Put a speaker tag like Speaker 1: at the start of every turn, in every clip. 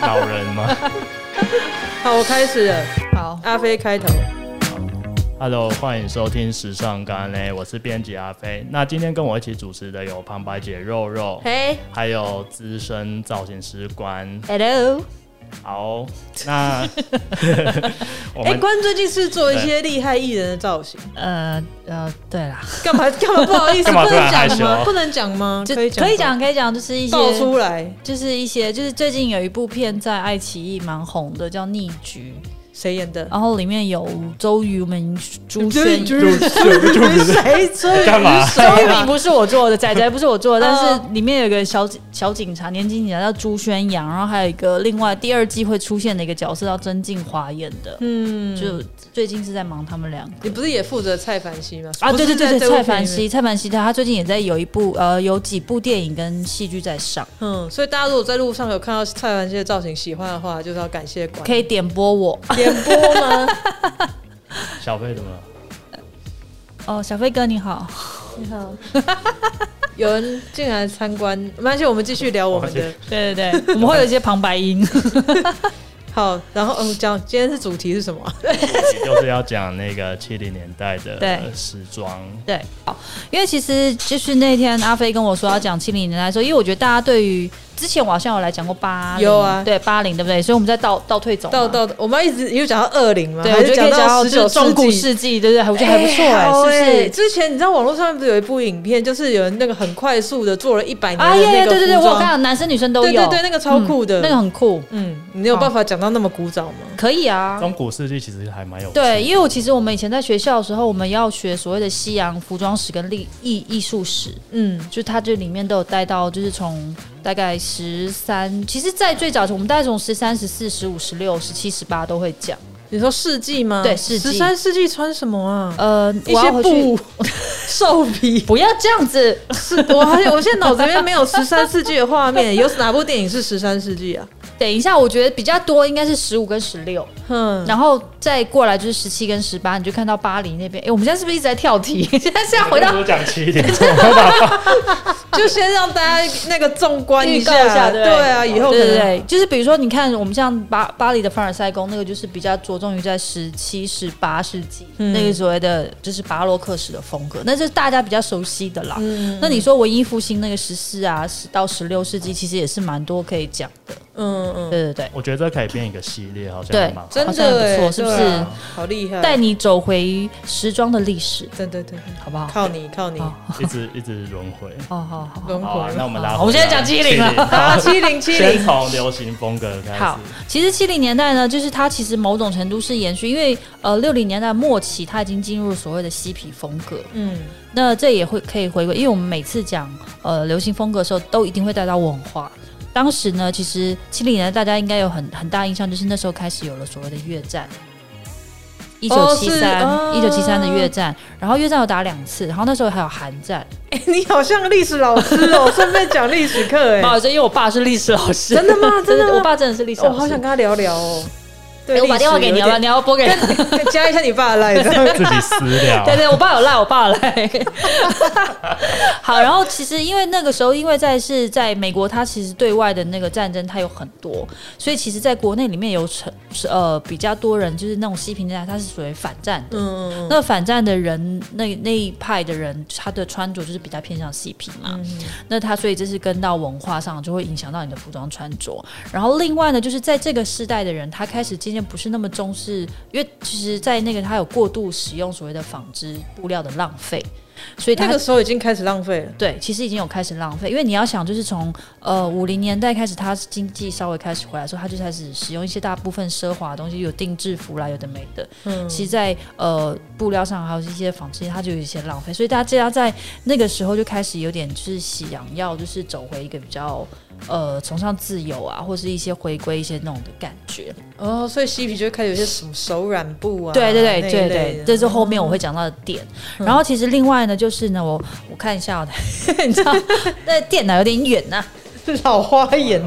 Speaker 1: 老人吗
Speaker 2: 好，我开始了，
Speaker 3: 好，
Speaker 2: 阿飞开头。
Speaker 1: ？Hello，欢迎收听《时尚干嘞》，我是编辑阿飞。那今天跟我一起主持的有旁白姐肉肉，
Speaker 3: 嘿
Speaker 1: 还有资深造型师关。
Speaker 3: ，Hello，
Speaker 1: 好， 那我
Speaker 2: 哎、
Speaker 1: 们
Speaker 2: 关最近是做一些厉害艺人的造型，
Speaker 3: 呃呃，对啦，
Speaker 2: 干嘛干嘛不好意思，
Speaker 1: 干嘛
Speaker 2: 不
Speaker 1: 突然
Speaker 2: 能
Speaker 1: 害
Speaker 2: 讲
Speaker 1: 羞
Speaker 2: 吗？
Speaker 1: 啊
Speaker 2: 不能讲吗？
Speaker 3: 就
Speaker 2: 可以讲，
Speaker 3: 可以，讲，可以讲，就是一
Speaker 2: 爆
Speaker 3: 些，
Speaker 2: 出来，
Speaker 3: 就是一些，就是最近有一部片在爱奇艺蛮红的，叫《逆局》，
Speaker 2: 谁演的？
Speaker 3: 然后里面有周渝民、朱炫。
Speaker 2: 朱 谁追？
Speaker 1: 干嘛
Speaker 2: 谁
Speaker 3: 周渝
Speaker 2: 啊
Speaker 3: 民哦不是我做的， 仔仔不是我做的，但是里面有一个小小警察，年轻警察叫朱宣阳，然后还有一个另外第二季会出现的一个角色叫曾静华演的，
Speaker 2: 嗯，
Speaker 3: 就最近是在忙他们两个。
Speaker 2: 你不是也负责蔡凡熙吗？
Speaker 3: 啊，
Speaker 2: 不
Speaker 3: 对
Speaker 2: 是
Speaker 3: 对对
Speaker 2: 在
Speaker 3: 对，
Speaker 2: 这部
Speaker 3: 蔡
Speaker 2: 片
Speaker 3: 凡
Speaker 2: 里面
Speaker 3: 熙，蔡凡熙他他最近也在有一部呃有几部电影跟戏剧在上，
Speaker 2: 嗯，所以大家如果在路上有看到蔡凡熙的造型喜欢的话，就是要感谢管
Speaker 3: 可以 点播我
Speaker 2: 点播吗？
Speaker 1: 小飞怎么了？
Speaker 3: 哦，小飞哥你好，
Speaker 2: 你 好，有人进来参观，没关系，我们继续聊我们的。
Speaker 3: 对对 对，我们会有一些旁白音，
Speaker 2: 好，然后嗯，讲今天是主题是什么啊？
Speaker 1: 就是要讲那个七零年代
Speaker 3: 对
Speaker 1: 的时装，
Speaker 3: 对，好，因为其实就是那天阿飞跟我说要讲七零年代的时候，因为我觉得大家对于之前我好像有来讲过八
Speaker 2: 有啊
Speaker 3: 对八零对不对？所以我们在倒倒退走嘛，
Speaker 2: 到到我们要一直一路讲到二零吗？
Speaker 3: 对，
Speaker 2: 还
Speaker 3: 我
Speaker 2: 是
Speaker 3: 觉得可
Speaker 2: 讲
Speaker 3: 以讲
Speaker 2: 到
Speaker 3: 到
Speaker 2: 十
Speaker 3: 就
Speaker 2: 九
Speaker 3: 是中古
Speaker 2: 世纪。
Speaker 3: 世纪，对不对？我觉得还不错哎、
Speaker 2: 哎好哎
Speaker 3: 是不是？
Speaker 2: 之前你知道网络上面不是有一部影片，就是有人那个很快速的做了一百年
Speaker 3: 啊
Speaker 2: 的
Speaker 3: 耶
Speaker 2: 哎那
Speaker 3: 耶，
Speaker 2: 个
Speaker 3: 对对对，
Speaker 2: 服
Speaker 3: 我有
Speaker 2: 装
Speaker 3: 看到男生女生都有，
Speaker 2: 对对对，那个超酷的，
Speaker 3: 那个很酷，
Speaker 2: 嗯，你有办法讲到那么古早吗？
Speaker 3: 可以啊，
Speaker 1: 中古世纪其实还蛮有趣的
Speaker 3: 对，因为我其实我们以前在学校的时候，我们要学所谓的西洋服装史跟历艺艺术史，
Speaker 2: 嗯，
Speaker 3: 就它这里面都有带到，就是从大概十三，其实，在最早前我们大概从十三、十四、十五、十六、十七、十八都会讲。
Speaker 2: 你说世纪吗？
Speaker 3: 对世纪
Speaker 2: 十三世纪穿什么啊？
Speaker 3: 呃，
Speaker 2: 一
Speaker 3: 我
Speaker 2: 些
Speaker 3: 要回去，
Speaker 2: 布、 兽皮。
Speaker 3: 不要这样子，
Speaker 2: 是我好像我现在脑子里面没有十三世纪的画 面，有哪部电影是十三世纪啊？
Speaker 3: 等一下，我觉得比较多应该是十五跟十六，嗯
Speaker 2: 哼，
Speaker 3: 然后再过来就是十七跟十八，你就看到巴黎那边。哎，我们现在是不是一直在跳题？ 现在是要回到
Speaker 1: 我
Speaker 2: 嗯
Speaker 1: 就讲七零，
Speaker 2: 就先让大家那个纵观
Speaker 3: 预
Speaker 2: 一
Speaker 3: 告一下，对不
Speaker 2: 对啊，以后可
Speaker 3: 对
Speaker 2: 能
Speaker 3: 对对，就是比如说，你看我们像巴巴黎的凡尔赛宫，那个就是比较着重于在十七、十八世纪、
Speaker 2: 嗯
Speaker 3: 那个所谓的就是巴洛克式的风格，那就是大家比较熟悉的啦。
Speaker 2: 嗯
Speaker 3: 那你说文艺复兴那个十四啊，十到十六世纪，其实也是蛮多可以讲的。
Speaker 2: 嗯嗯，
Speaker 3: 对对对，
Speaker 1: 我觉的可以变一个系列，好像
Speaker 3: 对
Speaker 1: 还蛮好
Speaker 2: 真
Speaker 3: 好像
Speaker 2: 的
Speaker 3: 也不错
Speaker 2: 哎
Speaker 3: 是不是
Speaker 2: 对啊好厉害？
Speaker 3: 带你走回时装的历史，
Speaker 2: 对对对，对
Speaker 3: 好不好？
Speaker 2: 靠你靠你，
Speaker 3: 好
Speaker 1: 一直 一直轮回。
Speaker 3: 好好好。
Speaker 2: 轮
Speaker 1: 好、
Speaker 2: 回
Speaker 1: 啊，那我们拉回来，
Speaker 3: 我们现在讲七零了
Speaker 1: 好
Speaker 2: 七零七
Speaker 1: 先
Speaker 2: 零，
Speaker 1: 从流行风格开
Speaker 3: 好
Speaker 1: 始。，
Speaker 3: 其实七零年代呢，就是它其实某种程度是延续，因为呃六零年代末期，它已经进入所谓的嬉皮风格，
Speaker 2: 嗯
Speaker 3: 那这也会可以回归，因为我们每次讲呃流行风格的时候，都一定会带到文化。当时呢，其实七零年代大家应该有很很大印象，就是那时候开始有了所谓的越战。一九
Speaker 2: 哦
Speaker 3: 七
Speaker 2: 是
Speaker 3: 三，
Speaker 2: 哦
Speaker 3: 一九七三的越战，然后越战有打两次，然后那时候还有韩战。
Speaker 2: 哎，你好像历史老师哦， 顺便讲历史课
Speaker 3: 不好
Speaker 2: 哎，
Speaker 3: 意思，因为我爸是历史老师，
Speaker 2: 真的吗？ 真的
Speaker 3: 我
Speaker 2: 吗？
Speaker 3: 爸真的是历史
Speaker 2: 我
Speaker 3: 老师。
Speaker 2: 好想跟他聊聊哦。对，
Speaker 3: 哎我把电话给你，
Speaker 2: 历
Speaker 3: 要
Speaker 2: 史
Speaker 3: 不
Speaker 2: 有
Speaker 3: 要
Speaker 2: 点
Speaker 3: 你要拨给他？
Speaker 2: 加一下你爸的赖，这 样
Speaker 1: 自己私聊。
Speaker 3: 对对，我爸有赖，我爸有赖。 好，然后其实因为那个时候，因为在是在美国，它其实对外的那个战争它有很多，所以其实在国内里面有成是呃比较多人就是那种西平年代，它是属于反战的。
Speaker 2: 嗯，
Speaker 3: 那反战的人，那那一派的人，他的穿着就是比较偏向嬉皮嘛。
Speaker 2: 嗯
Speaker 3: 那他所以这是跟到文化上，就会影响到你的服装穿着。然后另外呢，就是在这个世代的人，他开始渐渐不是那么重视，因为其实，在那个他有过度使用所谓的纺织布料的浪费，所以他
Speaker 2: 那个时候已经开始浪费了。
Speaker 3: 对，其实已经有开始浪费，因为你要想，就是从呃五零年代开始，它经济稍微开始回来的时候，它就开始使用一些大部分奢华的东西，有定制服啦，有的没的。嗯，其实在呃布料上还有一些纺织，它就有一些浪费，所以大家在那个时候就开始有点就是想要就是走回一个比较呃崇尚自由啊，或是一些回归一些那种的感觉。
Speaker 2: 哦，所以嬉皮就会开始有些什么手染布啊，
Speaker 3: 对对对
Speaker 2: 那一
Speaker 3: 对
Speaker 2: 类
Speaker 3: 对嗯
Speaker 2: 的，
Speaker 3: 这是后面我会讲到的点。然后其实另外呢，就是呢，我我看一下 我的，你知道，那电脑有点远啊呐、
Speaker 2: 老花眼，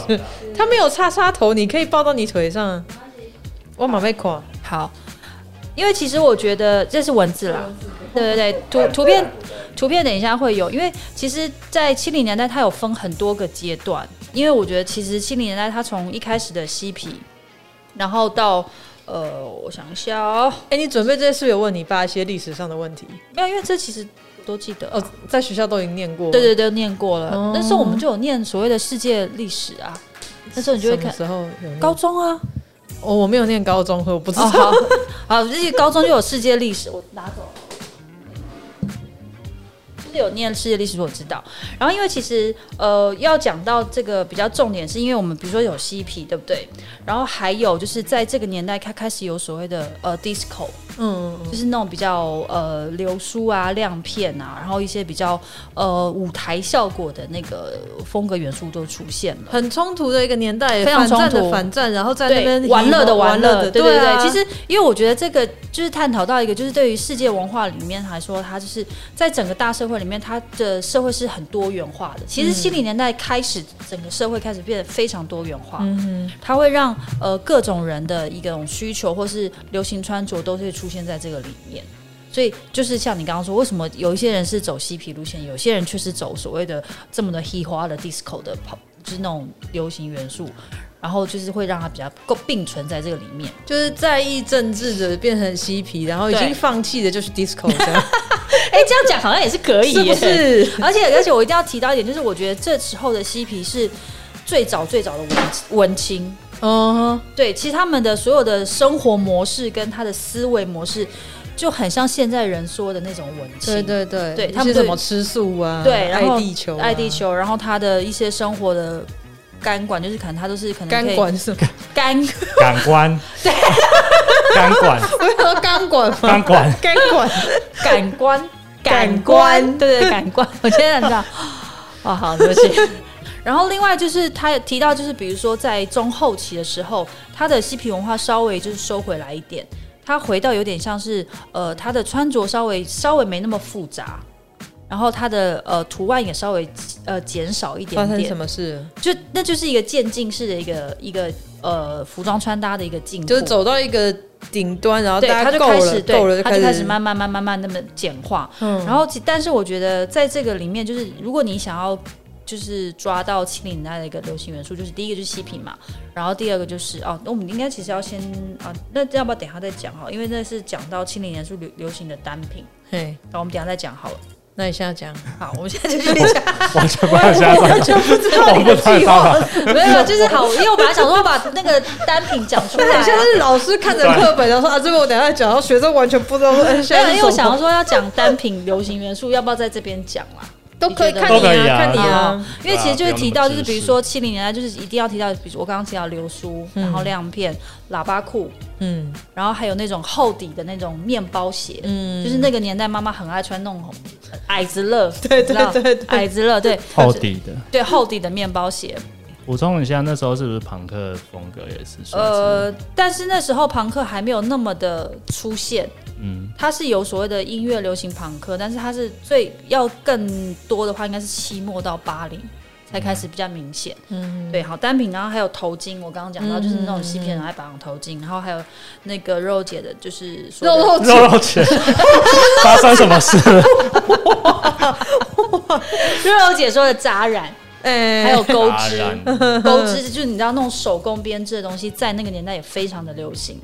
Speaker 2: 他没有叉叉头，你可以抱到你腿上啊。我马被垮，
Speaker 3: 好，因为其实我觉得这是文字啦，对对对，图图片图片等一下会有，因为其实，在七零年代它有分很多个阶段，因为我觉得其实七零年代它从一开始的嬉皮，然后到呃，我想一下哦，
Speaker 2: 哎、你准备这些是不是有问你爸一些历史上的问题？
Speaker 3: 没有，因为这其实我都记得。
Speaker 2: 哦，在学校都已经念过。
Speaker 3: 对对对，念过了。
Speaker 2: 哦
Speaker 3: 那时候我们就有念所谓的世界历史啊，那时候你就会看
Speaker 2: 什么时候有念
Speaker 3: 高中啊，
Speaker 2: 哦，我没有念高中，所以我不知
Speaker 3: 哦，
Speaker 2: 道。
Speaker 3: 好，好，就是高中就有世界历史，我拿走。就是有念世界历史，我知道。然后因为其实呃，要讲到这个比较重点，是因为我们比如说有嬉皮，对不对？然后还有就是在这个年代，它开始有所谓的呃 disco，
Speaker 2: 嗯，嗯
Speaker 3: 就是那种比较呃流苏啊、亮片啊，然后一些比较呃舞台效果的那个风格元素都出现了。
Speaker 2: 很冲突的一个年代，
Speaker 3: 非常
Speaker 2: 反战
Speaker 3: 冲突
Speaker 2: 的反战，然后在那边
Speaker 3: 对，玩乐的玩乐
Speaker 2: 的，
Speaker 3: 对对
Speaker 2: 啊
Speaker 3: 其实，因为我觉得这个就是探讨到一个，就是对于世界文化里面来说，它就是在整个大社会里面，它的社会是很多元化的。其实
Speaker 2: 嗯
Speaker 3: 七零年代开始，整个社会开始变得非常多元化，
Speaker 2: 嗯
Speaker 3: 它会让呃各种人的一种需求或是流行穿着都会出现在这个里面。所以就是像你刚刚说，为什么有一些人是走嬉皮路线，有些人却是走所谓的这么的 h 花的 disco 的跑，就是那种流行元素，然后就是会让它比较呃够并存在这个里面。
Speaker 2: 哼，就是在意政治的变成嬉皮，然后已
Speaker 3: 对
Speaker 2: 经放弃的就是 disco 这样，
Speaker 3: 哎、这样讲好像也是可以
Speaker 2: 是
Speaker 3: 耶，
Speaker 2: 不是？
Speaker 3: 而且而且我一定要提到一点，就是我觉得这时候的嬉皮是最早最早的文文青，
Speaker 2: 嗯，
Speaker 3: 对，其实他们的所有的生活模式跟他的思维模式就很像现在人说的那种文青，
Speaker 2: 对对对，
Speaker 3: 对
Speaker 2: 一些
Speaker 3: 他们对
Speaker 2: 什么吃素啊，
Speaker 3: 对然后
Speaker 2: 爱地球啊，
Speaker 3: 爱地球，然后他的一些生活的。干管就是可能他都是可能可
Speaker 2: 钢
Speaker 3: 以
Speaker 2: 管是吗？
Speaker 3: 干
Speaker 1: 感官，感管，
Speaker 2: 我有说钢管
Speaker 1: 钢
Speaker 2: 吗？
Speaker 1: 管，
Speaker 2: 钢管，
Speaker 3: 感 官
Speaker 2: 感官
Speaker 3: 对对感官， 我现在知道。哦，好，对不 起。然后另外就是他提到，就是比如说在中后期的时候，他的嬉皮文化稍微就是收回来一点，他回到有点像是呃他的穿着稍微稍微没那么复杂，然后他的呃图案也稍微呃减少一
Speaker 2: 发
Speaker 3: 点
Speaker 2: 生
Speaker 3: 点
Speaker 2: 什，么事？
Speaker 3: 就那就是一个渐进式的一个一个呃服装穿搭的一个进步，
Speaker 2: 就是走到一个顶端，然后
Speaker 3: 对，
Speaker 2: 大家
Speaker 3: 他就
Speaker 2: 够
Speaker 3: 开
Speaker 2: 了
Speaker 3: 始，
Speaker 2: 够了
Speaker 3: 对，他
Speaker 2: 开
Speaker 3: 就始慢慢慢慢慢那么简化，
Speaker 2: 嗯，
Speaker 3: 然后，其但是我觉得在这个里面，就是如果你想要就是抓到七零年代的一个流行元素，就是第一个就是嬉皮嘛，然后第二个就是哦，那我们应该其实要先啊，那要不要等一下再讲哈？因为那是讲到七零年代流流行的单品，
Speaker 2: 嘿，
Speaker 3: 那我们等一下再讲好了。
Speaker 2: 那你现在讲，
Speaker 3: 好，我们现在就去讲，
Speaker 1: 完全不知道现在
Speaker 2: 完全不知道
Speaker 1: 我
Speaker 2: 你
Speaker 1: 不
Speaker 2: 的
Speaker 1: 知道
Speaker 2: 计划，
Speaker 1: 他
Speaker 3: 没有，就是好，因为我本来想说把那个单品讲出
Speaker 2: 那
Speaker 3: 来
Speaker 2: 很像
Speaker 3: 啊。
Speaker 2: 是老师看着课本，然后说啊，这个我等一下讲，然后学生完全不知道 说，哎，
Speaker 3: 没
Speaker 2: 现
Speaker 3: 有，
Speaker 2: 在
Speaker 3: 因
Speaker 2: 是
Speaker 3: 为我
Speaker 2: 什
Speaker 3: 想要
Speaker 2: 么
Speaker 3: 说要讲单品流行元素，要不要在这边讲啊啦？
Speaker 2: 都可以
Speaker 3: 你觉得
Speaker 2: 看
Speaker 1: 都可
Speaker 2: 你
Speaker 1: 以啊
Speaker 2: 啊，看你
Speaker 3: 啊
Speaker 2: 啊，，
Speaker 3: 因为其实就是提到，
Speaker 1: 对啊
Speaker 3: 就是比如说七零年代，就是一定要提到，比如说我刚刚提到流苏，
Speaker 2: 嗯
Speaker 3: 然后亮片、喇叭裤，
Speaker 2: 嗯
Speaker 3: 然后还有那种厚底的那种面包鞋，
Speaker 2: 嗯，
Speaker 3: 就是那个年代妈妈很爱穿那种矮子乐，
Speaker 2: 对
Speaker 3: 你知道
Speaker 2: 对对对
Speaker 3: 矮子乐，对
Speaker 1: 厚底的。
Speaker 3: 对厚底的面包鞋，
Speaker 1: 补充一下，那时候是不是朋克风格也是？呃，
Speaker 3: 呃，但是那时候朋克还没有那么的出现，
Speaker 1: 嗯，
Speaker 3: 它是有所谓的音乐流行朋克，但是它是最要更多的话，应该是期末到八零才开始比较明显。
Speaker 2: 嗯
Speaker 3: 对，好单品，然后还有头巾，我刚刚讲到就是那种西片
Speaker 2: 嗯嗯嗯
Speaker 3: 人爱绑头巾，然后还有那个肉姐的，就是说
Speaker 2: 肉
Speaker 3: 的
Speaker 2: 肉
Speaker 1: 肉肉姐 发生什么事？
Speaker 3: 肉肉姐说的扎染，
Speaker 2: 哎，
Speaker 3: 还有钩
Speaker 1: 当
Speaker 3: 织，
Speaker 1: 啊然
Speaker 3: 钩织就是你知道那种手工编织的东西，在那个年代也非常的流行。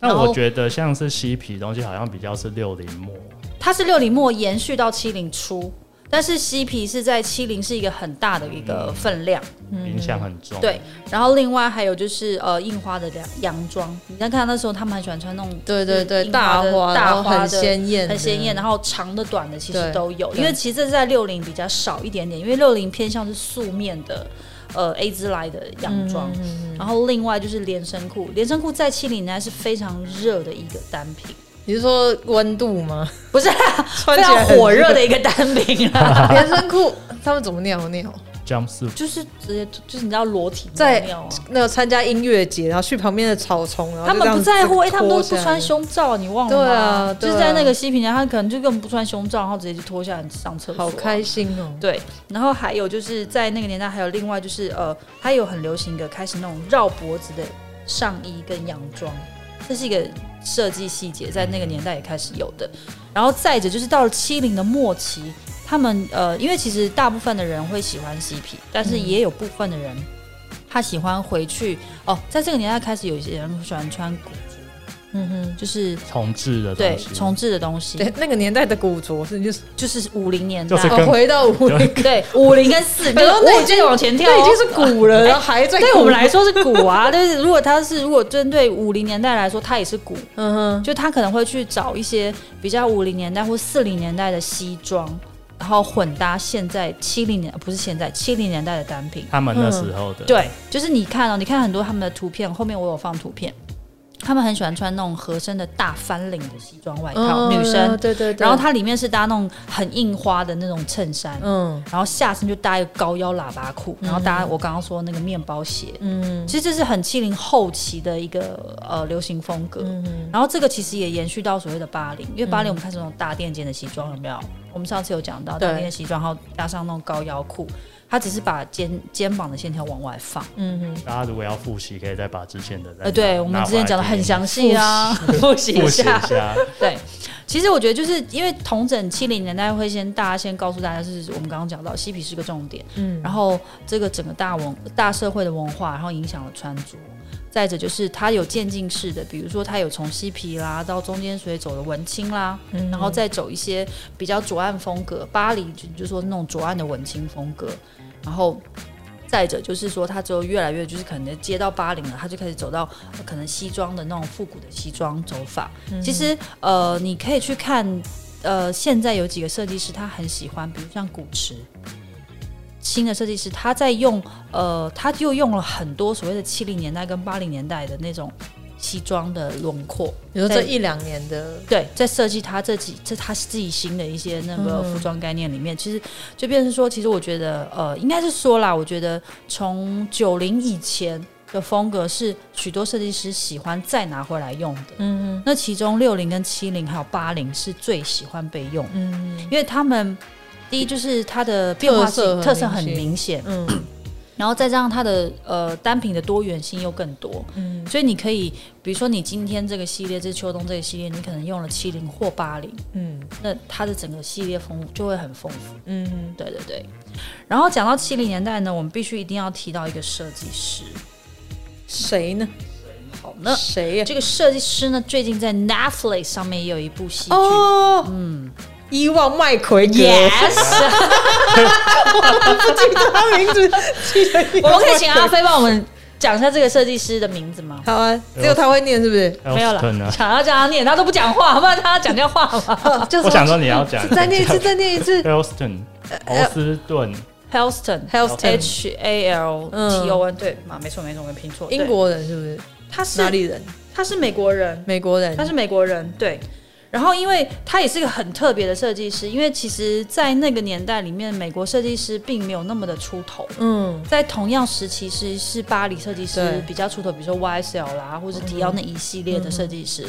Speaker 1: 但
Speaker 3: 然后
Speaker 1: 我觉得像是嬉皮的东西，好像比较是六零末，
Speaker 3: 它是六零末延续到七零初，但是嬉皮是在七零是一个很大的一个分量。
Speaker 1: 影响很重。
Speaker 3: 对，然后另外还有就是呃印花的洋洋装，你在看那时候他们很喜欢穿那种
Speaker 2: 对对对，
Speaker 3: 印
Speaker 2: 大
Speaker 3: 的
Speaker 2: 花，然
Speaker 3: 大
Speaker 2: 后很
Speaker 3: 花的
Speaker 2: 鲜艳，嗯
Speaker 3: 很鲜艳，，然后长的、短的其实
Speaker 2: 对
Speaker 3: 都有，
Speaker 2: 对
Speaker 3: 因为其实这在六零比较少一点点，因为六零偏向是素面的，呃 A 字来的洋装，
Speaker 2: 嗯
Speaker 3: 然后另外就是连身裤，连身裤在七零年代是非常热的一个单品，
Speaker 2: 你是说温度 吗？
Speaker 3: 不是啊
Speaker 2: 穿起来
Speaker 3: 非常
Speaker 2: 很
Speaker 3: 火热的一个单品啊，
Speaker 2: 连身裤，他们怎么尿尿？
Speaker 1: ，jumpsuit
Speaker 3: 就是直接就是你知道裸体
Speaker 2: 在
Speaker 3: 尿尿啊。
Speaker 2: 那个参加音乐节，然后去旁边的草丛，然后
Speaker 3: 他
Speaker 2: 就这
Speaker 3: 们
Speaker 2: 样
Speaker 3: 不
Speaker 2: 子
Speaker 3: 在乎，哎、他们都
Speaker 2: 脱下
Speaker 3: 不
Speaker 2: 来
Speaker 3: 穿胸罩，你忘了吗？
Speaker 2: 对啊对啊
Speaker 3: 就是在那个西平年，他可能就根本不穿胸罩，然后直接就脱下来上厕所啊、
Speaker 2: 好开心哦！
Speaker 3: 对，然后还有就是在那个年代，还有另外就是呃，还有很流行的开始那种绕脖子的上衣跟洋装，这是一个设计细节，在那个年代也开始有的。然后再者就是到了七零的末期，他们呃，因为其实大部分的人会喜欢嬉皮，但是也有部分的人、呃他喜欢回去哦，在这个年代开始，有一些人喜欢穿古着，
Speaker 2: 嗯哼，
Speaker 3: 就是
Speaker 1: 重置的
Speaker 3: 对
Speaker 1: 东西，
Speaker 3: 重置的东西，
Speaker 2: 对，那个年代的古着是就是
Speaker 3: 就是五零年代，
Speaker 1: 就是
Speaker 2: 哦，
Speaker 1: 跟
Speaker 2: 回到五零，
Speaker 3: 对五零跟四，就是
Speaker 2: 然后那
Speaker 3: 我
Speaker 2: 已
Speaker 3: 就
Speaker 2: 经
Speaker 3: 往前跳、哦，
Speaker 2: 那已经是古人了，还在
Speaker 3: 对
Speaker 2: 古
Speaker 3: 我们来，说是古啊， 但是如果他是如果针对五零年代来说，他也是古，
Speaker 2: 嗯哼，
Speaker 3: 就他可能会去找一些比较五零年代或四零年代的西装，然后混搭现在七零年不是现在七零年代的单品。
Speaker 1: 他们那时候的，
Speaker 3: 对，就是你看哦，你看很多他们的图片，后面我有放图片，他们很喜欢穿那种合身的大翻领的西装外套，
Speaker 2: 嗯
Speaker 3: 女生，
Speaker 2: 对对对，
Speaker 3: 然后它里面是搭那种很印花的那种衬衫，
Speaker 2: 嗯
Speaker 3: 然后下身就搭一个高腰喇叭裤，然后搭我刚刚说那个面包鞋，
Speaker 2: 嗯
Speaker 3: 其实这是很七零后期的一个呃流行风格。
Speaker 2: 嗯
Speaker 3: 然后这个其实也延续到所谓的八零，因为八零我们开始那种大垫肩的西装有没有？我们上次有讲到
Speaker 2: 对
Speaker 3: 大垫的西装，然后搭上那种高腰裤，它只是把肩肩膀的线条往外放。
Speaker 2: 嗯哼，
Speaker 1: 大家如果要复习，可以再把之前的再
Speaker 3: 呃，对，
Speaker 1: 拿
Speaker 3: 我们之前讲的很详细啊， 复习
Speaker 1: 拿回来听
Speaker 3: 一
Speaker 1: 复习
Speaker 3: 下
Speaker 1: 一。下。
Speaker 3: 对，其实我觉得就是因为同整七零年代会先大家先告诉大家，就是我们刚刚讲到嬉皮是个重点，
Speaker 2: 嗯，
Speaker 3: 然后这个整个大文大社会的文化，然后影响了穿着。再者就是它有渐进式的，比如说它有从嬉皮啦到中间水走的文青啦，
Speaker 2: 嗯
Speaker 3: 然后再走一些比较左岸风格，巴黎就就说那种左岸的文青风格，然后。再者就是说，它之后越来越就是可能接到八零了，它就开始走到呃可能西装的那种复古的西装走法。其实呃，你可以去看呃，现在有几个设计师他很喜欢，比如像古驰，新的设计师他在用呃，他就用了很多所谓的七零年代跟八零年代的那种西装的轮廓，
Speaker 2: 你说这
Speaker 3: 在
Speaker 2: 一两年的，
Speaker 3: 对，在设计他这几这他自己新的一些那个
Speaker 2: 嗯
Speaker 3: 服装概念里面，其实就变成说，其实我觉得呃，应该是说啦，我觉得从九零以前的风格是许多设计师喜欢再拿回来用的。
Speaker 2: 嗯
Speaker 3: 那其中六零跟七零还有八零是最喜欢被用的，
Speaker 2: 嗯
Speaker 3: 因为他们第一就是它的变化
Speaker 2: 特
Speaker 3: 性
Speaker 2: 色很
Speaker 3: 特色很
Speaker 2: 明显
Speaker 3: 明显，
Speaker 2: 嗯
Speaker 3: 然后再加上它的呃单品的多元性又更多，
Speaker 2: 嗯
Speaker 3: 所以你可以，比如说你今天这个系列，这是秋冬这个系列，你可能用了七零或八零，
Speaker 2: 嗯
Speaker 3: 那它的整个系列丰就会很丰富。
Speaker 2: 嗯
Speaker 3: 对对对。然后讲到七零年代呢，我们必须一定要提到一个设计师。
Speaker 2: 谁呢？
Speaker 3: 好，那
Speaker 2: 谁呀？
Speaker 3: 这个设计师呢，最近在 Netflix 上面也有一部戏剧。
Speaker 2: 哦，嗯，伊万麦奎
Speaker 3: 예.
Speaker 2: 格，
Speaker 3: Yes，
Speaker 2: 不记得他名字，记得伊
Speaker 3: 我
Speaker 2: 万
Speaker 3: 们
Speaker 2: 麦奎格
Speaker 3: 可以请阿飞帮我们讲一下这个设计师的名字吗？
Speaker 2: 好啊，只有他会念是不是？
Speaker 3: 没有
Speaker 1: Elston
Speaker 3: 了，
Speaker 1: 啊
Speaker 3: 想要叫他念，他都不讲话，不然他讲讲话吧。
Speaker 2: 就
Speaker 1: 我想说你要讲
Speaker 2: 再念一次，再念一次
Speaker 1: Elston，欧
Speaker 3: 呃
Speaker 1: 斯 顿，
Speaker 3: Helston
Speaker 2: ，Helston，
Speaker 3: H A L T O N，对嘛？没错没错，没拼错。
Speaker 2: 英
Speaker 3: 对，
Speaker 2: 国人是不是？
Speaker 3: 他
Speaker 2: 哪
Speaker 3: 是
Speaker 2: 里人？
Speaker 3: 他是美国人，
Speaker 2: 美国人
Speaker 3: 他。是美国人，对。然后，因为他也是个很特别的设计师，因为其实，在那个年代里面，美国设计师并没有那么的出头。
Speaker 2: 嗯
Speaker 3: 在同样时期是是巴黎设计
Speaker 2: 对
Speaker 3: 师比较出头，比如说 YSL 啦，或是迪奥那一系列的设计师。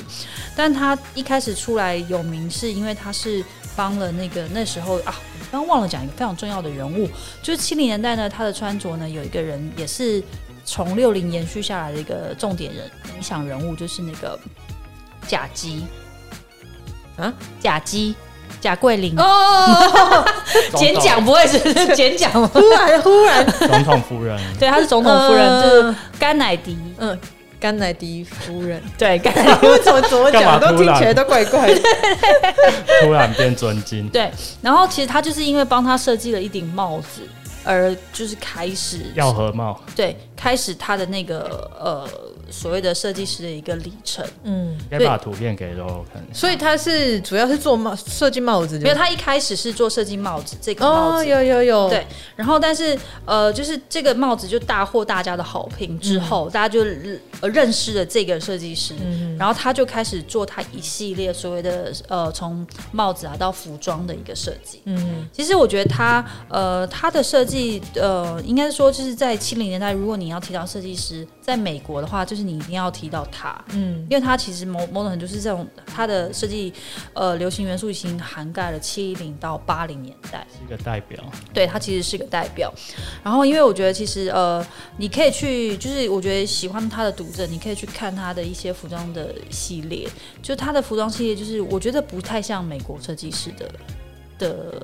Speaker 3: 但他一开始出来有名，是因为他是帮了那个那时候啊，我刚忘了讲一个非常重要的人物，就是七零年代呢，他的穿着呢有一个人也是从六零延续下来的一个重点人影响人物，就是那个贾基
Speaker 2: 啊，
Speaker 3: 贾基。贾桂林，
Speaker 2: 哦，
Speaker 3: 简讲不会是 简讲吗？
Speaker 2: 忽然忽然，
Speaker 1: 总统夫人，
Speaker 3: 对，他是总统夫人，就是
Speaker 2: 是
Speaker 3: 甘乃迪，
Speaker 2: 嗯，甘乃迪夫 人。
Speaker 3: 对，甘乃迪。，
Speaker 2: 哎为什么怎么
Speaker 1: 干嘛
Speaker 2: 讲都
Speaker 1: 突
Speaker 2: 听
Speaker 1: 然
Speaker 2: 起来都怪怪的？
Speaker 1: 突然变尊敬
Speaker 3: 对，然后其实他就是因为帮他设计了一顶帽子，而就是开始
Speaker 1: 要合帽，
Speaker 3: 对开始他的那个呃所谓的设计师的一个里程。
Speaker 2: 嗯，
Speaker 1: 应该把图片给柔柔看。
Speaker 2: 所以他是主要是做帽设计帽子的，
Speaker 3: 因为他一开始是做设计帽子这个帽
Speaker 2: 哦，
Speaker 3: 子，
Speaker 2: 有有有，
Speaker 3: 对然后但是呃就是这个帽子就大获大家的好评之后，大家就呃认识了这个设计师。
Speaker 2: 嗯
Speaker 3: 然后他就开始做他一系列所谓的呃，从帽子啊到服装的一个设计。
Speaker 2: 嗯
Speaker 3: 其实我觉得它呃，它的设计呃，应该说就是在七零年代，如果你要提到设计师，在美国的话，就是你一定要提到他，
Speaker 2: 嗯
Speaker 3: 因为它其实某某种程度是这种它的设计呃流行元素已经涵盖了七零到八零年代，
Speaker 1: 是一个代表，
Speaker 3: 对，它其实是个代表。然后因为我觉得其实呃，你可以去就是我觉得喜欢他的读者，你可以去看他的一些服装的系列，就他的服装系列就是我觉得不太像美国设计师的的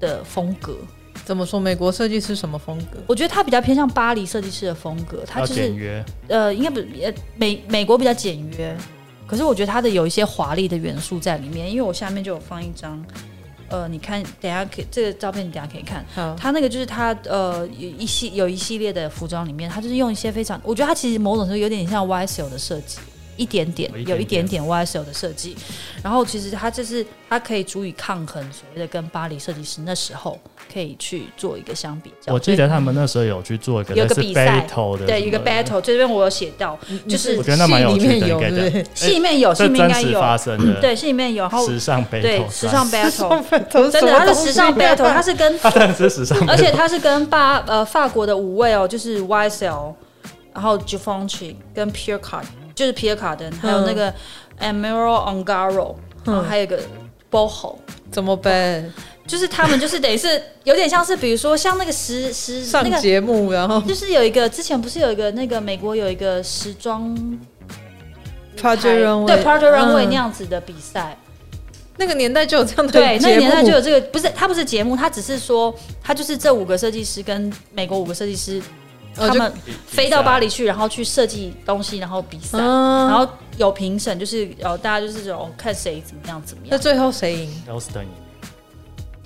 Speaker 3: 的风格。
Speaker 2: 怎么说？美国设计师什么风格？
Speaker 3: 我觉得它比较偏向巴黎设计师的风格，它
Speaker 1: 要
Speaker 3: 就
Speaker 1: 啊简
Speaker 3: 是
Speaker 1: 约，
Speaker 3: 呃，应该不呃美美国比较简约，可是我觉得它的有一些华丽的元素在里面。因为我下面就有放一张，呃，你看，等一下可以这个照片，你等一下可以看。
Speaker 2: 好，
Speaker 3: 它那个就是它呃有一系有一系列的服装里面，它就是用一些非常，我觉得它其实某种程度有点像 YSL 的设计，一点点
Speaker 1: 有一点点
Speaker 3: 有一点点 YSL 的设计。然后其实它就是它可以足以抗衡所谓的跟巴黎设计师那时候可以去做一个相比较。
Speaker 1: 我记得他们那时候有去做一个
Speaker 3: 有
Speaker 1: 类
Speaker 3: 个
Speaker 1: 似
Speaker 3: 比赛
Speaker 1: battle 的，
Speaker 3: 对一个 battle 这边我有写到，
Speaker 2: 就
Speaker 3: 就是
Speaker 2: 是
Speaker 1: 我觉得那蛮有
Speaker 2: 戏
Speaker 1: 趣
Speaker 2: 里
Speaker 1: 的
Speaker 2: 面有，
Speaker 1: 应该
Speaker 2: 对
Speaker 1: 这
Speaker 2: 不
Speaker 1: 样
Speaker 2: 对？
Speaker 3: 戏里面有，戏
Speaker 1: 哎这
Speaker 3: 里面
Speaker 1: 真
Speaker 3: 应该
Speaker 1: 实
Speaker 3: 有，
Speaker 1: 发生的，
Speaker 3: 对，戏里面有，然后
Speaker 1: 时尚 battle，
Speaker 3: 对 时尚 battle，
Speaker 2: 都是
Speaker 3: 真
Speaker 2: 什
Speaker 3: 的，
Speaker 2: 么
Speaker 3: 它的
Speaker 2: 东
Speaker 3: 时
Speaker 2: 西
Speaker 3: 尚 battle，它是跟
Speaker 1: 它真的是时尚 battle，
Speaker 3: 而且他是跟巴呃法国的五位哦，就是 YSL，然后 g i f o n c i 跟 Pierre Card，就是 Pierre Cardin，还有那个
Speaker 2: 嗯
Speaker 3: Emerald Ongaro，、然后还有一个 Boho。
Speaker 2: 怎么办？
Speaker 3: 就是他们，就是等于是有点像是，比如说像那个时时
Speaker 2: 上
Speaker 3: 那个，
Speaker 2: 节目，然后
Speaker 3: 就是有一个之前不是有一个那个美国有一个时装
Speaker 2: Project
Speaker 3: 台
Speaker 2: Runway，
Speaker 3: 对 Project Runway
Speaker 2: 嗯
Speaker 3: 那样子的比赛，
Speaker 2: 那个年代就有这样的
Speaker 3: 对，那
Speaker 2: 节
Speaker 3: 个
Speaker 2: 目
Speaker 3: 年代就有这个，不是它不是节目，它只是说它就是这五个设计师跟美国五个设计师
Speaker 2: 哦
Speaker 3: 他
Speaker 2: 就
Speaker 3: 们飞到巴黎去，然后去设计东西，然后比赛，
Speaker 2: 嗯
Speaker 3: 然后有评审，就是呃，大家就是哦，看谁怎么样怎么
Speaker 2: 那
Speaker 3: 样。
Speaker 2: 最后谁赢？
Speaker 1: Houston，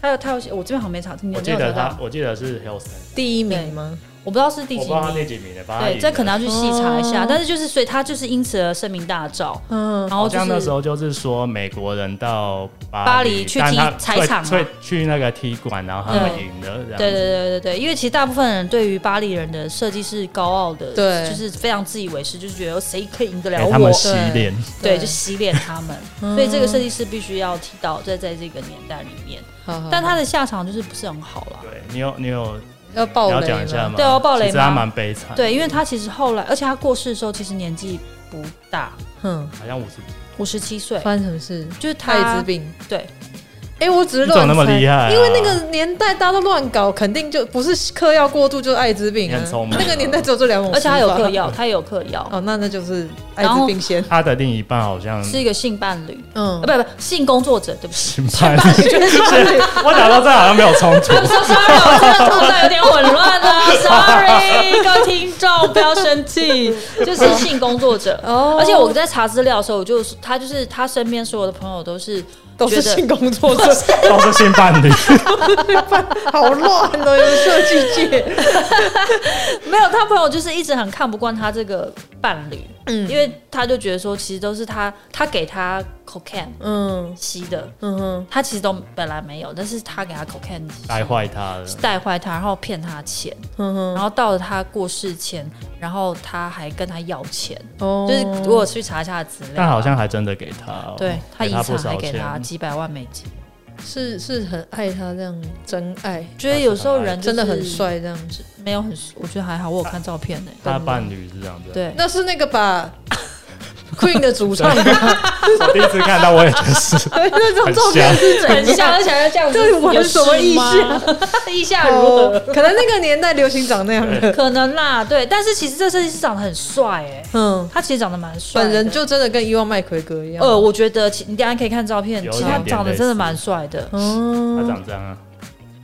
Speaker 3: 他有他有，我这边好像没查，你
Speaker 1: 我
Speaker 3: 有没
Speaker 1: 记
Speaker 3: 有
Speaker 1: 得
Speaker 3: 得
Speaker 1: 他
Speaker 3: 到？，
Speaker 1: 我记得是 Houston，
Speaker 2: 第一名吗？
Speaker 3: 我不知道是第
Speaker 1: 我不
Speaker 3: 几
Speaker 1: 知道他
Speaker 3: 名，
Speaker 1: 第几名了，反正他
Speaker 3: 对，
Speaker 1: 赢
Speaker 3: 这可
Speaker 1: 了
Speaker 3: 能要去细查一下
Speaker 2: 哦。
Speaker 3: 但是就是，所以他就是因此而声名大噪，
Speaker 2: 嗯，
Speaker 3: 然后
Speaker 1: 好
Speaker 3: 就
Speaker 1: 像那时
Speaker 3: 是
Speaker 1: 候就是说美国人到
Speaker 3: 巴
Speaker 1: 巴
Speaker 3: 黎去
Speaker 1: 但
Speaker 3: 踢
Speaker 1: 他
Speaker 3: 踩
Speaker 1: 对
Speaker 3: 场嘛
Speaker 1: 对，去那个踢馆，然后他们
Speaker 3: 嗯
Speaker 1: 赢了，这样
Speaker 3: 对对
Speaker 1: 子
Speaker 3: 对对对，因为其实大部分人对于巴黎人的设计是高傲的，
Speaker 2: 对
Speaker 3: 就是非常自以为是，就是觉得谁可以赢得了
Speaker 1: 给哎他
Speaker 3: 我
Speaker 1: 们，洗脸，
Speaker 3: 对，
Speaker 2: 对
Speaker 3: 就洗脸他们。
Speaker 2: 嗯
Speaker 3: 所以这个设计师必须要提到，在在这个年代里面，
Speaker 2: 好好
Speaker 3: 但他的下场就是不是很好啦。
Speaker 1: 对你有你有
Speaker 2: 要
Speaker 1: 你
Speaker 2: 爆
Speaker 1: 要
Speaker 2: 雷
Speaker 1: 讲一下
Speaker 2: 吗？
Speaker 1: 吗？
Speaker 3: 对我要爆雷
Speaker 1: 其实他
Speaker 3: 吗
Speaker 1: 蛮悲惨，，
Speaker 3: 对，因为他其实后来，而且他过世的时候其实年纪不大，
Speaker 2: 嗯，
Speaker 1: 好像五十，
Speaker 3: 五十七岁，
Speaker 2: 发生什么事？
Speaker 3: 就是
Speaker 2: 艾
Speaker 3: 他
Speaker 2: 滋病。
Speaker 3: 对
Speaker 2: 哎，我只是
Speaker 1: 你怎么
Speaker 2: 乱
Speaker 1: 那么厉
Speaker 2: 猜。
Speaker 1: 害啊？
Speaker 2: 因为那个年代大家都乱搞，肯定就不是嗑药过度就是艾滋病
Speaker 1: 你
Speaker 2: 啊
Speaker 1: 很聪。明啊
Speaker 2: 那个年代只有这两种，
Speaker 3: 而且他有嗑。
Speaker 2: 嗯
Speaker 3: 药，他也有嗑药，
Speaker 2: 哦，那那就是艾
Speaker 3: 然
Speaker 2: 滋
Speaker 3: 后
Speaker 2: 病先。
Speaker 1: 他的另一半好像
Speaker 3: 是一个性伴侣，
Speaker 2: 嗯
Speaker 3: 呃，，不不，性工作者，对不起，
Speaker 1: 性伴侣， 我讲到这好像没有冲突，
Speaker 3: sorry，我这个头脑有点混乱了，sorry，各位听众不要生气，就是性工作者。
Speaker 2: 哦
Speaker 3: 而且我在查资料的时候，我就是他就是他身边所有的朋友都是
Speaker 2: 都是
Speaker 3: 觉得
Speaker 2: 性工作者，
Speaker 1: 都是性伴侣，
Speaker 2: 好乱哦，有设计界。
Speaker 3: 没有，他朋友就是一直很看不惯他这个伴侣，
Speaker 2: 嗯
Speaker 3: 因为他就觉得说，其实都是他他给他 cocaine
Speaker 2: 嗯
Speaker 3: 吸的，
Speaker 2: 嗯哼，
Speaker 3: 他其实都本来没有，但是他给他 cocaine 吸
Speaker 1: 带坏他了。
Speaker 3: 带坏他，然后骗他钱，
Speaker 2: 嗯哼，
Speaker 3: 然后到了他过世前，然后他还跟他要钱，
Speaker 2: 哦
Speaker 3: 就是我有去查一下资料
Speaker 1: 但，好像还真的给他、哦，
Speaker 3: 对他
Speaker 1: 给
Speaker 3: 遗
Speaker 1: 他不
Speaker 3: 产还
Speaker 1: 少
Speaker 3: 给
Speaker 1: 钱，
Speaker 3: 他几百万美金，
Speaker 2: 是是很爱他这样真爱，
Speaker 3: 觉得有时候人、
Speaker 2: 真的很，帅这样子。
Speaker 3: 没有很，我觉得还好，我有看照片呢、
Speaker 1: 他伴侣是这样子。
Speaker 3: 对，
Speaker 2: 那是那个 吧，Queen 的主唱吧，
Speaker 1: 我第一次看到，我也觉得 是
Speaker 2: 那张
Speaker 1: 很
Speaker 2: 照片
Speaker 1: 像，
Speaker 2: 是怎
Speaker 3: 很像，
Speaker 2: 样？
Speaker 3: 而且要这样子，
Speaker 2: 对我
Speaker 3: 有
Speaker 2: 是什么
Speaker 3: 事
Speaker 2: 意思啊
Speaker 3: 吗？ 意下如何？
Speaker 2: 哦可能那个年代流行长那样的，
Speaker 3: 可能啦，对，但是其实这设计师长得很帅哎、
Speaker 2: 嗯，
Speaker 3: 他其实长得蛮帅的，
Speaker 2: 本人就真的跟哦伊万麦奎格一样，
Speaker 3: 呃，我觉得其你等一下可以看照片，
Speaker 1: 有一
Speaker 3: 其实他
Speaker 1: 点点
Speaker 3: 长得
Speaker 1: 类
Speaker 3: 真的
Speaker 1: 似
Speaker 3: 蛮帅的，
Speaker 1: 他
Speaker 2: 嗯，
Speaker 1: 长这样啊，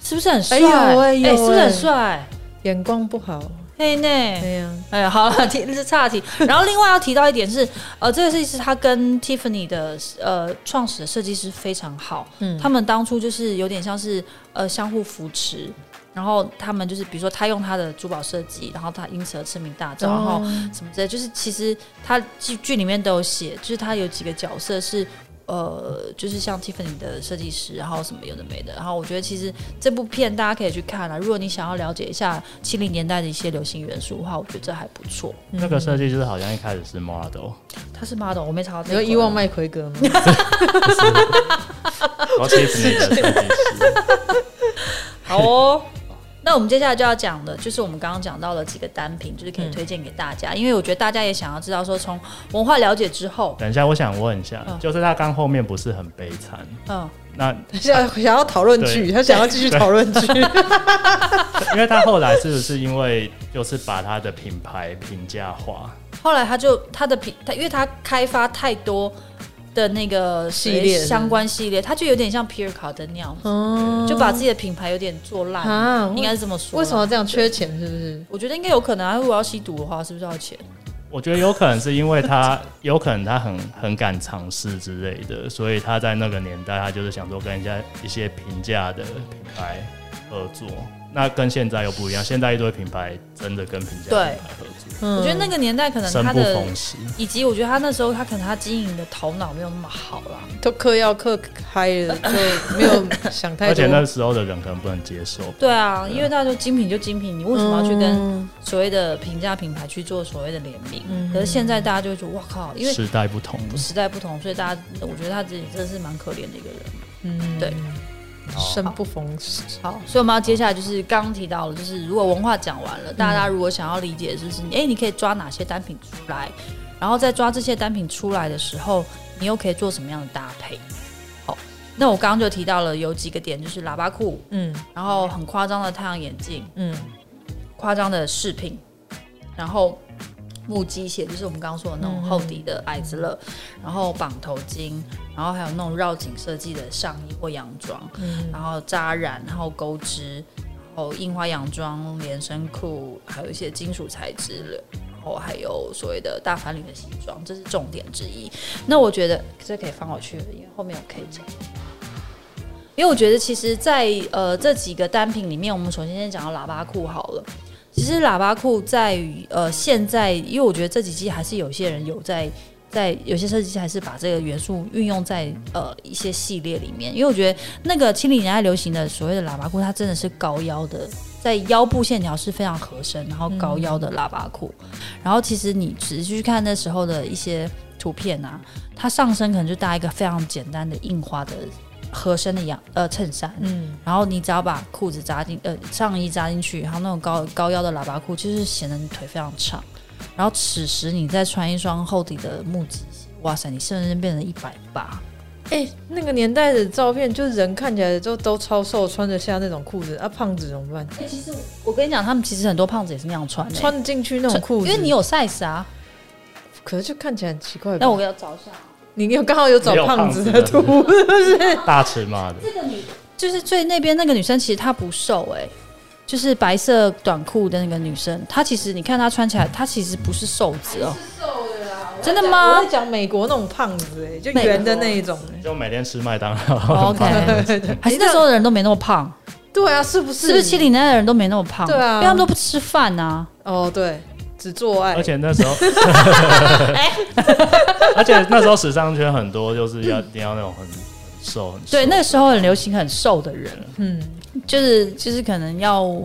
Speaker 3: 是不是很帅？
Speaker 2: 哎有哎有
Speaker 3: 是不是
Speaker 2: 哎
Speaker 3: 很帅？
Speaker 2: 眼光不好，
Speaker 3: 嘿
Speaker 2: 哎
Speaker 3: 呢，
Speaker 2: 呀，
Speaker 3: 哎，好 了，题是岔题。然后另外要提到一点是，呃，这个设计师他跟 Tiffany 的呃创始的设计师非常好，
Speaker 2: 嗯
Speaker 3: 他们当初就是有点像是呃相互扶持。然后他们就是，比如说他用他的珠宝设计，然后他因此而驰名大噪，然后什么之类，就是其实他剧剧里面都有写，就是他有几个角色是呃，就是像 Tiffany 的设计师，然后什么有的没的，然后我觉得其实这部片大家可以去看啊啦。如果你想要了解一下七零年代的一些流行元素的话，我觉得这还不错。
Speaker 1: 那个设计师好像一开始是 model，
Speaker 3: 他是 model，我没查到
Speaker 2: 你
Speaker 3: 这
Speaker 2: 说
Speaker 3: 个。
Speaker 2: 伊万麦奎格 吗？
Speaker 1: 然后 Tiffany 的设计师，
Speaker 3: 好哦。那我们接下来就要讲的，就是我们刚刚讲到了几个单品，就是可
Speaker 2: 嗯
Speaker 3: 以推荐给大家，因为我觉得大家也想要知道说，从文化了解之后，
Speaker 1: 等一下，我想问一下
Speaker 3: 嗯，
Speaker 1: 就是他刚后面不是很悲惨，
Speaker 3: 嗯，
Speaker 1: 那
Speaker 2: 想想要讨论剧，
Speaker 1: 对
Speaker 2: 他想要继续讨论剧，
Speaker 1: 因为他后来是不是因为就是把他的品牌平价化？
Speaker 3: 后来他就他的品，他因为他开发太多的那个谁
Speaker 2: 系列是
Speaker 3: 相关系列，它就有点像皮尔卡登那样子，
Speaker 2: 哦，
Speaker 3: 就把自己的品牌有点做烂，
Speaker 2: 啊
Speaker 3: 应该是这么说。
Speaker 2: 为什么？这样缺钱？是不是？
Speaker 3: 我觉得应该有可能啊，如果要吸毒的话，是不是要钱？
Speaker 1: 我觉得有可能是因为 他，有可能他很很敢尝试之类的，所以他在那个年代，他就是想说跟人家一些平价的品牌合作。那跟现在又不一样，现在一堆品牌真的跟平价
Speaker 3: 对
Speaker 1: 品牌合作，
Speaker 2: 嗯
Speaker 3: 我觉得那个年代可能
Speaker 1: 生
Speaker 3: 他
Speaker 1: 不
Speaker 3: 的，
Speaker 1: 逢时。
Speaker 3: 以及我觉得他那时候他可能他经营的头脑没有那么好啦。
Speaker 2: 都嗑药嗑嗨了，就没有想太多。
Speaker 1: 而且那时候的人可能不能接受。
Speaker 3: 对啊，因为大家说精品就精品，你为什么要去跟
Speaker 2: 嗯
Speaker 3: 所谓的平价品牌去做所谓的联名？
Speaker 2: 嗯
Speaker 3: 可是现在大家就会觉得哇靠，因为
Speaker 1: 时代不同，
Speaker 3: 时代不同，所以大家我觉得他自己真的是蛮可怜的一个人。
Speaker 2: 嗯
Speaker 3: 对
Speaker 1: 好
Speaker 2: 生不逢时，
Speaker 3: 好，所以我们要接下来就是刚刚提到了，就是如果文化讲完了，大家如果想要理解，就是哎、诶你可以抓哪些单品出来，然后在抓这些单品出来的时候，你又可以做什么样的搭配？好，那我刚刚就提到了有几个点，就是喇叭裤，
Speaker 2: 嗯
Speaker 3: 然后很夸张的太阳眼镜，
Speaker 2: 嗯
Speaker 3: 夸张的饰品，然后木屐鞋，就是我们刚刚说的那种厚底的矮子
Speaker 2: 嗯
Speaker 3: 乐，然后绑头巾，然后还有那种绕颈设计的上衣或洋装，
Speaker 2: 嗯
Speaker 3: 然后扎染，然后钩织，然后印花洋装、连身裤，还有一些金属材质的。然后还有所谓的大翻领的西装，这是重点之一。那我觉得这可以放回去，因为后面我可以讲。因为我觉得其实在，呃这几个单品里面，我们首先先讲到喇叭裤好了。其实喇叭裤在于呃现在，因为我觉得这几季还是有些人有在在有些设计师还是把这个元素运用在呃一些系列里面，因为我觉得那个七零年代流行的所谓的喇叭裤，它真的是高腰的，在腰部线条是非常合身，然后高腰的喇叭裤。然后其实你仔细去看那时候的一些图片啊，它上身可能就搭一个非常简单的印花的合身的洋呃衬衫，
Speaker 2: 嗯，
Speaker 3: 然后你只要把裤子扎进，呃，上衣扎进去，然后那种高高腰的喇叭裤，就是显得你腿非常长。然后此时你再穿一双厚底的木屐鞋，哇塞，你瞬间变成一百八。
Speaker 2: 哎、那个年代的照片，就是人看起来就都超瘦，穿得下那种裤子啊，胖子怎么办？
Speaker 3: 哎其实我跟你讲，他们其实很多胖子也是那样穿、的，
Speaker 2: 穿得进去那种裤子，
Speaker 3: 因为你有 size 啊。
Speaker 2: 可是就看起来很奇怪吧。
Speaker 3: 但我要找一下，
Speaker 2: 你有刚好有找
Speaker 1: 没有
Speaker 2: 胖
Speaker 1: 胖
Speaker 2: 子
Speaker 1: 子
Speaker 2: 的
Speaker 1: 的
Speaker 2: 图，
Speaker 1: 大尺码的，
Speaker 3: 就是最那边那个女生，其实她不瘦哎、就是白色短裤的那个女生，她其实你看她穿起来，她其实不是瘦子哦、真的吗
Speaker 2: 我在讲美国那种胖子、哎，就
Speaker 3: 美国
Speaker 2: 圆的那一种、
Speaker 1: 就每天吃麦当劳。
Speaker 3: ？OK，还是那时候的人都没那么胖。
Speaker 2: 对啊，是不是？
Speaker 3: 是不是七零年代的人都没那么胖？
Speaker 2: 对啊
Speaker 3: 因为他们都不吃饭啊呐、
Speaker 2: 哦，对，只做 爱
Speaker 1: 而，且那时 候，
Speaker 3: 哎
Speaker 1: 而且那时候时尚圈很多就是要一定要那种很很瘦很瘦。
Speaker 3: 对，那个时候很流行很瘦的人，
Speaker 2: 嗯，
Speaker 3: 就是就是可能要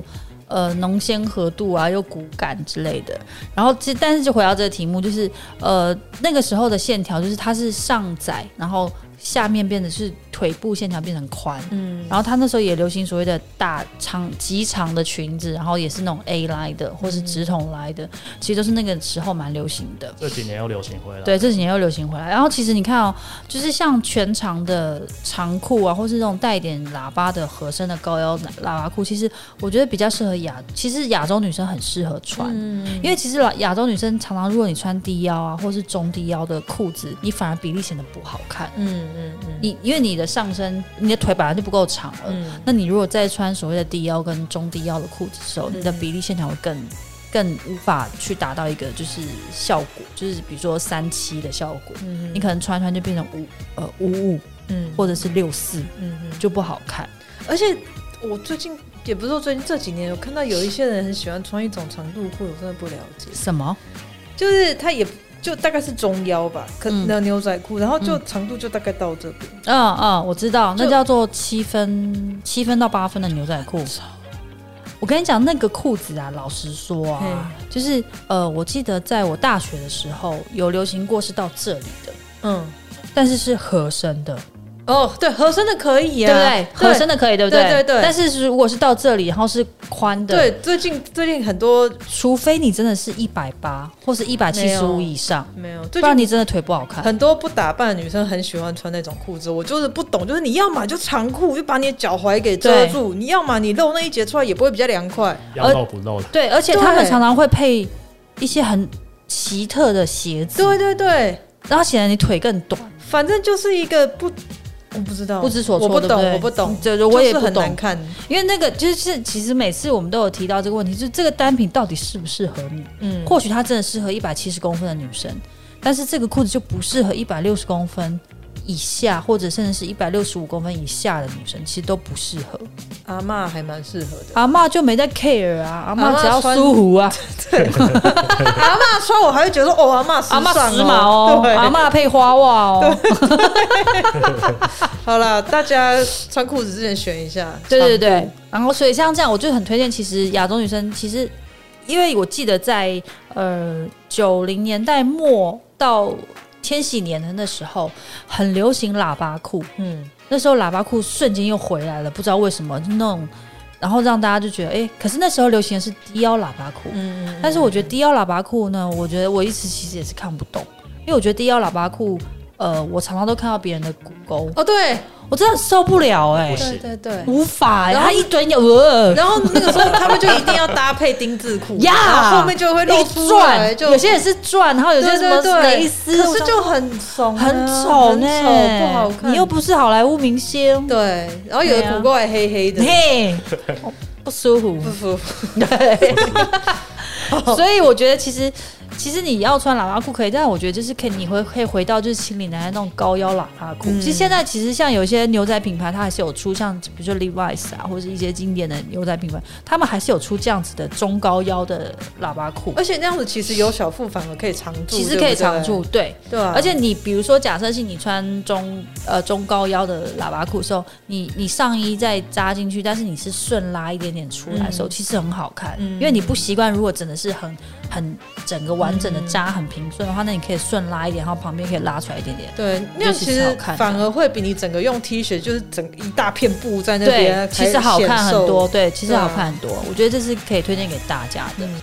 Speaker 3: 呃浓鲜合度啊，又骨感之类的。然后其实但是就回到这个题目，就是呃那个时候的线条就是它是上窄，然后下面变得是腿部线条变成宽。
Speaker 2: 嗯
Speaker 3: 然后他那时候也流行所谓的大长极长的裙子，然后也是那种 A 来的或是直筒来的，其实都是那个时候蛮流行的。
Speaker 1: 这几年又流行回来。
Speaker 3: 对，这几年又流行回来。然后其实你看哦，就是像全长的长裤啊，或是那种带一点喇叭的合身的高腰喇叭裤，其实我觉得比较适合亚，其实亚洲女生很适合穿。
Speaker 2: 嗯，
Speaker 3: 因为其实亚亚洲女生常常，如果你穿低腰啊，或是中低腰的裤子，你反而比例显得不好看。
Speaker 2: 嗯嗯嗯
Speaker 3: 你因为你的上身，你的腿本来就不够长了，
Speaker 2: 嗯，
Speaker 3: 那你如果再穿所谓的低腰跟中低腰的裤子的时候，你的比例线条会更更无法去达到一个就是效果，就是比如说三七的效果，
Speaker 2: 嗯
Speaker 3: 你可能穿一穿就变成五呃五五
Speaker 2: 嗯
Speaker 3: 或者是六四
Speaker 2: 嗯嗯，
Speaker 3: 就不好看。
Speaker 2: 而且我最近也不是说最近这几年，我看到有一些人很喜欢穿一种长度裤，我真的不了解，
Speaker 3: 什么？
Speaker 2: 就是他也就大概是中腰吧，可
Speaker 3: 嗯
Speaker 2: 能牛仔裤，然后就
Speaker 3: 嗯
Speaker 2: 长度就大概到这边，
Speaker 3: 嗯嗯，我知道，
Speaker 2: 就
Speaker 3: 那叫做七分七分到八分的牛仔裤。我跟你讲，那个裤子啊，老实说啊，就是呃，我记得在我大学的时候有流行过是到这里的，
Speaker 2: 嗯，
Speaker 3: 但是是合身的。
Speaker 2: 哦，对，合身的可以
Speaker 3: 对
Speaker 2: 啊，
Speaker 3: 不对？合身的可以，对不对？
Speaker 2: 对对对
Speaker 3: 但是如果是到这里，然后是宽的，，
Speaker 2: 对，最近最近很多
Speaker 3: 除非你真的是一百八或是一百七
Speaker 2: 没
Speaker 3: 十
Speaker 2: 有
Speaker 3: 五以上，
Speaker 2: 没有，
Speaker 3: 不
Speaker 2: 最
Speaker 3: 然
Speaker 2: 近
Speaker 3: 你真的腿不好看。
Speaker 2: 很多不打扮的女生很喜欢穿那种裤子，我就是不懂，就是你要么就长裤，就把你的脚踝给遮
Speaker 3: 对
Speaker 2: 住；你要么你露那一截出来，也不会比较凉快。
Speaker 1: 要露不露的，
Speaker 3: 对，而且他们
Speaker 2: 对
Speaker 3: 常常会配一些很奇特的鞋子，
Speaker 2: 对对对，
Speaker 3: 然后显得你腿更短。
Speaker 2: 反正就是一个不，我不知道，
Speaker 3: 不知所措，
Speaker 2: 我不
Speaker 3: 对
Speaker 2: 懂，
Speaker 3: 对
Speaker 2: 我不懂，
Speaker 3: 这我也
Speaker 2: 就是
Speaker 3: 不
Speaker 2: 很难
Speaker 3: 懂，
Speaker 2: 看。
Speaker 3: 因为那个就是其实每次我们都有提到这个问题，就是这个单品到底适不适合你？
Speaker 2: 嗯，
Speaker 3: 或许它真的适合一百七十公分的女生，但是这个裤子就不适合一百六十公分以下，或者甚至是一百六十五公分以下的女生，其实都不适合。
Speaker 2: 阿嬷还蛮适合的。
Speaker 3: 阿嬷就没在 care 啊，阿
Speaker 2: 阿
Speaker 3: 嬷
Speaker 2: 嬷
Speaker 3: 只要
Speaker 2: 穿
Speaker 3: 舒服啊，
Speaker 2: 阿嬷穿我还会觉得哦，阿嬷
Speaker 3: 阿嬷
Speaker 2: 尚
Speaker 3: 时髦哦，
Speaker 2: 对，
Speaker 3: 阿嬷配花袜哦，
Speaker 2: 好了，大家穿裤子之前选一下。
Speaker 3: 对对对。然后所以像这样，我就很推荐。其实亚洲女生其实，因为我记得在呃九零年代末到千禧年的那时候，很流行喇叭裤。
Speaker 2: 嗯，
Speaker 3: 那时候喇叭裤瞬间又回来了，不知道为什么就那种，然后让大家就觉得，哎、可是那时候流行的是低腰喇叭裤，
Speaker 2: 嗯
Speaker 3: 但是我觉得低腰喇叭裤呢，我觉得我一直其实也是看不懂，因为我觉得低腰喇叭裤，呃，我常常都看到别人的骨沟，
Speaker 2: 哦对
Speaker 3: 我真的受不了哎、
Speaker 1: 是
Speaker 2: 对对对。
Speaker 3: 无法、欸，
Speaker 2: 然
Speaker 3: 然
Speaker 2: 后
Speaker 3: 后一蹲就呃。
Speaker 2: 然后那个时候他们就一定要搭配丁字裤，
Speaker 3: 呀
Speaker 2: 然后后面就会露
Speaker 3: 一
Speaker 2: 出来，
Speaker 3: 转，
Speaker 2: 就
Speaker 3: 有些人是转，然后有些什
Speaker 2: 对对
Speaker 3: 么
Speaker 2: 对
Speaker 3: 蕾丝，
Speaker 2: 可是就很怂啊，
Speaker 3: 很丑呢、
Speaker 2: 很丑不好看。
Speaker 3: 你又不是好莱坞明星，
Speaker 2: 对，然后有
Speaker 3: 对
Speaker 2: 的
Speaker 3: 啊
Speaker 2: 骨沟还黑黑的，
Speaker 3: 嘿，不舒服。
Speaker 2: 不舒服。哦
Speaker 3: 所以我觉得其实其实你要穿喇叭裤可以，但是我觉得就是可以，你会可以回到就是清理男孩那种高腰喇叭裤。
Speaker 2: 嗯
Speaker 3: 其实现在其实像有一些牛仔品牌，它还是有出像比如说 Levi's 啊，或者是一些经典的牛仔品牌，他们还是有出这样子的中高腰的喇叭裤，
Speaker 2: 而且那样子其实有小腹反而可以常住，
Speaker 3: 其实可以常
Speaker 2: 哎对
Speaker 3: 驻
Speaker 2: 不
Speaker 3: 对。
Speaker 2: 对，对啊。
Speaker 3: 而且你比如说，假设是你穿中呃中高腰的喇叭裤的时候，你你上衣再扎进去，但是你是顺拉一点点出来的时候，
Speaker 2: 嗯
Speaker 3: 其实很好看，
Speaker 2: 嗯
Speaker 3: 因为你不习惯，如果真的是很很整个完整的扎、很平顺的话，那你可以顺拉一点，然后旁边可以拉出来一点点。
Speaker 2: 对，那样其
Speaker 3: 尤其是好
Speaker 2: 实
Speaker 3: 看的
Speaker 2: 反而会比你整个用 T 恤就是整一大片布在那
Speaker 3: 对
Speaker 2: 边，，
Speaker 3: 其实好看很多，。对，其实
Speaker 2: 对啊
Speaker 3: 好看很多，我觉得这是可以推荐给大家的。
Speaker 2: 嗯